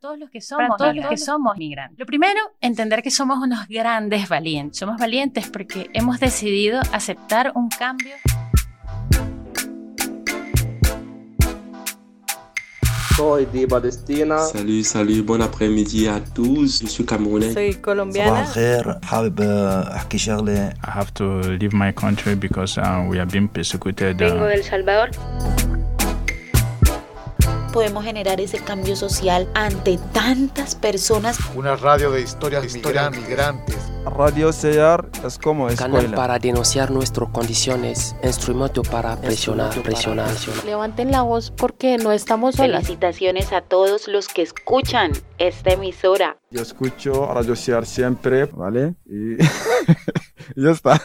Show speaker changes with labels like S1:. S1: todos los que somos, para todos los que somos migrantes. Lo primero, entender que somos unos grandes valientes. Somos valientes porque hemos decidido aceptar un cambio.
S2: Soy de Palestina.
S3: Salut, salut, bon après-midi à tous. Je suis camerounais.
S4: Soy colombiana.
S5: I have to leave my country because uh, we are being persecuted. uh,
S6: Vengo de El Salvador
S7: podemos generar ese cambio social ante tantas personas.
S8: Una radio de historias, historias migrantes.
S9: Radio CEAR es como escuela.
S10: Canal para denunciar nuestras condiciones, instrumento para presionar, instrumento presionar, para presionar.
S11: Levanten la voz porque no estamos solas.
S12: Felicitaciones a todos los que escuchan esta emisora.
S9: Yo escucho Radio CEAR siempre, ¿vale? Y, y ya está.